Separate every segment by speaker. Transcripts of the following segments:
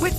Speaker 1: With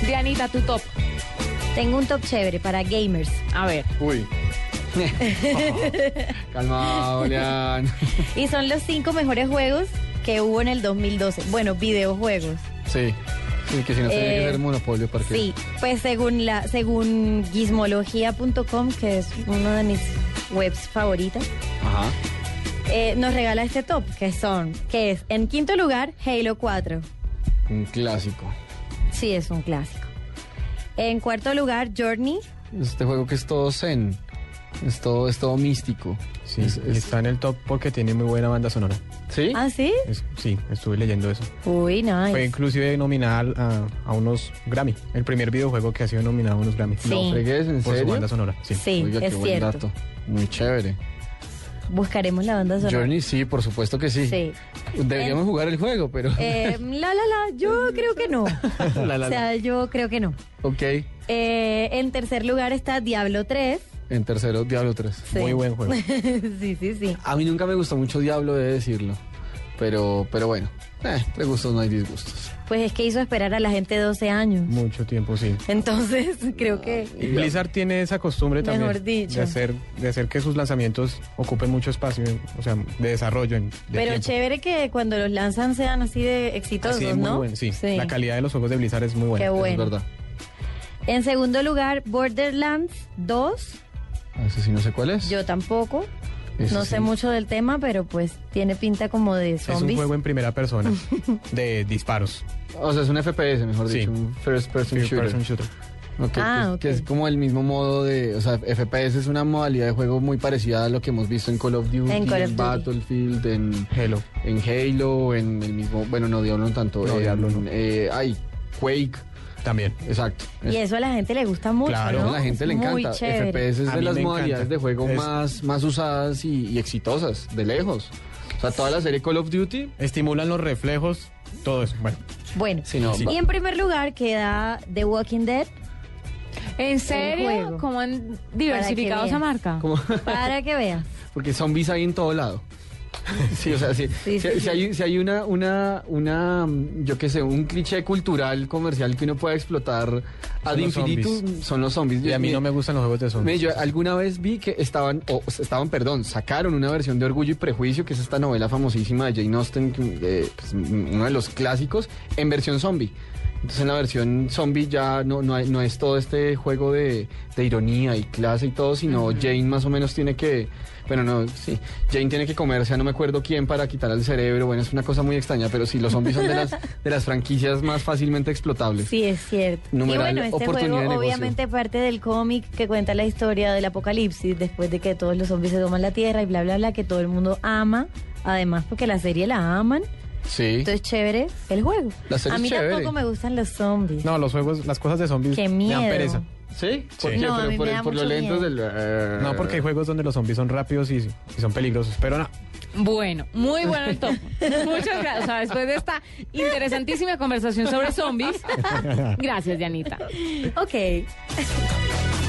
Speaker 2: Dianita, tu top.
Speaker 3: Tengo un top chévere para gamers.
Speaker 2: A ver.
Speaker 4: Uy. Calmado, Lean.
Speaker 3: Y son los cinco mejores juegos que hubo en el 2012. Bueno, videojuegos.
Speaker 4: Sí. Sí, que si no tenía que
Speaker 3: Eh,
Speaker 4: ser monopolio, ¿para qué?
Speaker 3: Sí, pues según la según gizmología.com, que es una de mis webs favoritas,
Speaker 4: Ajá.
Speaker 3: eh, nos regala este top, que son, que es en quinto lugar Halo 4.
Speaker 4: Un clásico.
Speaker 3: Sí, es un clásico. En cuarto lugar Journey.
Speaker 4: Este juego que es todo zen. Es todo, es todo místico.
Speaker 5: Sí,
Speaker 4: Es- es-
Speaker 5: está en el top porque tiene muy buena banda sonora.
Speaker 4: ¿Sí?
Speaker 3: ¿Ah, sí?
Speaker 5: Es- sí, estuve leyendo eso.
Speaker 3: Uy,
Speaker 5: Fue
Speaker 3: nice.
Speaker 5: inclusive nominada a, a unos Grammy. El primer videojuego que ha sido nominado a unos Grammy.
Speaker 3: Sí.
Speaker 4: ¿No fregues? ¿En
Speaker 5: Por su
Speaker 4: serio?
Speaker 5: banda sonora, sí.
Speaker 3: Sí,
Speaker 4: Oiga, qué
Speaker 3: es
Speaker 4: buen
Speaker 3: cierto.
Speaker 4: dato. Muy chévere.
Speaker 3: Buscaremos la banda sonora.
Speaker 4: Journey, sí, por supuesto que sí.
Speaker 3: Sí.
Speaker 4: Deberíamos
Speaker 3: En-
Speaker 4: jugar el juego, pero...
Speaker 3: Eh, la, la, la, yo creo que no.
Speaker 4: La, la,
Speaker 3: O sea, yo creo que no.
Speaker 4: Ok.
Speaker 3: Eh, en tercer lugar está Diablo 3.
Speaker 4: En tercero, Diablo 3.
Speaker 3: Sí.
Speaker 5: Muy buen juego.
Speaker 3: sí, sí, sí.
Speaker 4: A mí nunca me gustó mucho Diablo, de decirlo. Pero, pero bueno, eh, de gustos no hay disgustos.
Speaker 3: Pues es que hizo esperar a la gente 12 años.
Speaker 5: Mucho tiempo, sí.
Speaker 3: Entonces, creo que...
Speaker 5: Ah, Y Blizzard tiene esa costumbre también
Speaker 3: Mejor dicho.
Speaker 5: de hacer de hacer que sus lanzamientos ocupen mucho espacio, o sea, de desarrollo. En, de
Speaker 3: Pero
Speaker 5: tiempo.
Speaker 3: chévere que cuando los lanzan sean así de exitosos,
Speaker 5: Así de muy
Speaker 3: ¿no?
Speaker 5: bueno, sí. La calidad de los juegos de Blizzard es muy buena.
Speaker 3: Qué
Speaker 4: Es
Speaker 3: bueno.
Speaker 4: verdad.
Speaker 3: En segundo lugar, Borderlands 2.
Speaker 4: Ah, Eso sí, no sé cuál es.
Speaker 3: Yo tampoco.
Speaker 4: Eso
Speaker 3: no sé
Speaker 4: sí.
Speaker 3: mucho del tema, pero pues tiene pinta como de
Speaker 5: Es un
Speaker 3: zombies.
Speaker 5: juego en primera persona de disparos.
Speaker 4: O sea, es un FPS, mejor
Speaker 5: Sí.
Speaker 4: dicho. Un first person
Speaker 5: First
Speaker 4: shooter.
Speaker 5: person shooter.
Speaker 4: Ok, que
Speaker 3: Ah,
Speaker 4: es-
Speaker 3: ok.
Speaker 4: que, es como el mismo modo de. O sea, FPS es una modalidad de juego muy parecida a lo que hemos visto en Call of Duty,
Speaker 3: En Call of Duty.
Speaker 4: Battlefield, en,
Speaker 5: Halo.
Speaker 4: en Halo, en el mismo. Bueno, no, Diablo no tanto.
Speaker 5: No,
Speaker 4: en,
Speaker 5: Diablo no.
Speaker 4: eh, ay, Quake.
Speaker 5: También.
Speaker 4: Exacto.
Speaker 3: Y eso a la gente le gusta mucho,
Speaker 5: Claro.
Speaker 3: ¿no?
Speaker 4: A la gente
Speaker 3: Es
Speaker 4: le
Speaker 3: muy
Speaker 4: encanta.
Speaker 3: chévere.
Speaker 4: FPS es
Speaker 5: A
Speaker 4: de
Speaker 5: mí
Speaker 4: las
Speaker 5: me
Speaker 4: modalidades
Speaker 5: encanta.
Speaker 4: de juego
Speaker 5: Es-
Speaker 4: más, más usadas y, y exitosas, de lejos. O sea, toda la serie Call of Duty.
Speaker 5: Estimulan los reflejos, todo eso. Bueno,
Speaker 3: Bueno,
Speaker 4: Sí, no,
Speaker 3: y en primer lugar queda The Walking Dead.
Speaker 2: ¿En serio?
Speaker 3: juego.
Speaker 2: ¿Cómo han diversificado
Speaker 3: Para que
Speaker 2: esa
Speaker 3: vean.
Speaker 2: marca?
Speaker 4: Como,
Speaker 3: Para que veas.
Speaker 4: porque zombies hay en todo lado. Sí, o sea, sí,
Speaker 3: Sí,
Speaker 4: si,
Speaker 3: sí,
Speaker 4: si
Speaker 3: sí.
Speaker 4: hay, si hay una, una, una, mm, yo qué sé, un cliché cultural comercial que uno puede explotar ad
Speaker 5: los
Speaker 4: infinitum,
Speaker 5: zombies.
Speaker 4: son los zombies.
Speaker 5: y a mí
Speaker 4: Yo-
Speaker 5: no me gustan los juegos de zombies.
Speaker 4: Me- yo alguna vez vi que estaban, o s- estaban, perdón, sacaron una versión de Orgullo y Prejuicio, que es esta novela famosísima de Jane Austen, que, eh, pues, m- uno de los clásicos, en versión zombie. Entonces en la versión zombie ya no, no, hay- no es todo este juego de, de ironía y clase y todo, sino Jane más o menos tiene que, bueno, no, sí, Jane tiene que comerse a no me acuerdo quién para quitar el cerebro, bueno, es una cosa muy extraña, pero sí, los zombies son de las, de las franquicias más fácilmente explotables.
Speaker 3: Sí, es cierto. y
Speaker 4: Numeral,
Speaker 3: bueno, este
Speaker 4: oportunidad de
Speaker 3: juego
Speaker 4: negocio.
Speaker 3: obviamente parte del cómic que cuenta la historia del apocalipsis después de que todos los zombies se toman la tierra y bla, bla, bla, que todo el mundo ama. Además, porque la serie la aman.
Speaker 4: Sí.
Speaker 3: Entonces, chévere el juego.
Speaker 4: La serie
Speaker 3: A mí
Speaker 4: es chévere.
Speaker 3: tampoco me gustan los zombies.
Speaker 5: No, los juegos, las cosas de zombies
Speaker 3: Qué
Speaker 5: me
Speaker 3: miedo.
Speaker 5: dan pereza.
Speaker 4: ¿Sí? ¿Por qué?
Speaker 5: Sí.
Speaker 3: No, a
Speaker 4: Pero
Speaker 3: mí
Speaker 4: por,
Speaker 3: me
Speaker 4: el-
Speaker 3: da
Speaker 4: por lo
Speaker 3: mucho
Speaker 4: lentos
Speaker 3: miedo.
Speaker 4: del...
Speaker 5: No, porque hay juegos donde los zombies son rápidos y, y son peligrosos. Pero no,
Speaker 2: Bueno, muy bueno el top. Muchas gracias. O sea, después de esta interesantísima conversación sobre zombies, gracias, Dianita.
Speaker 3: Ok.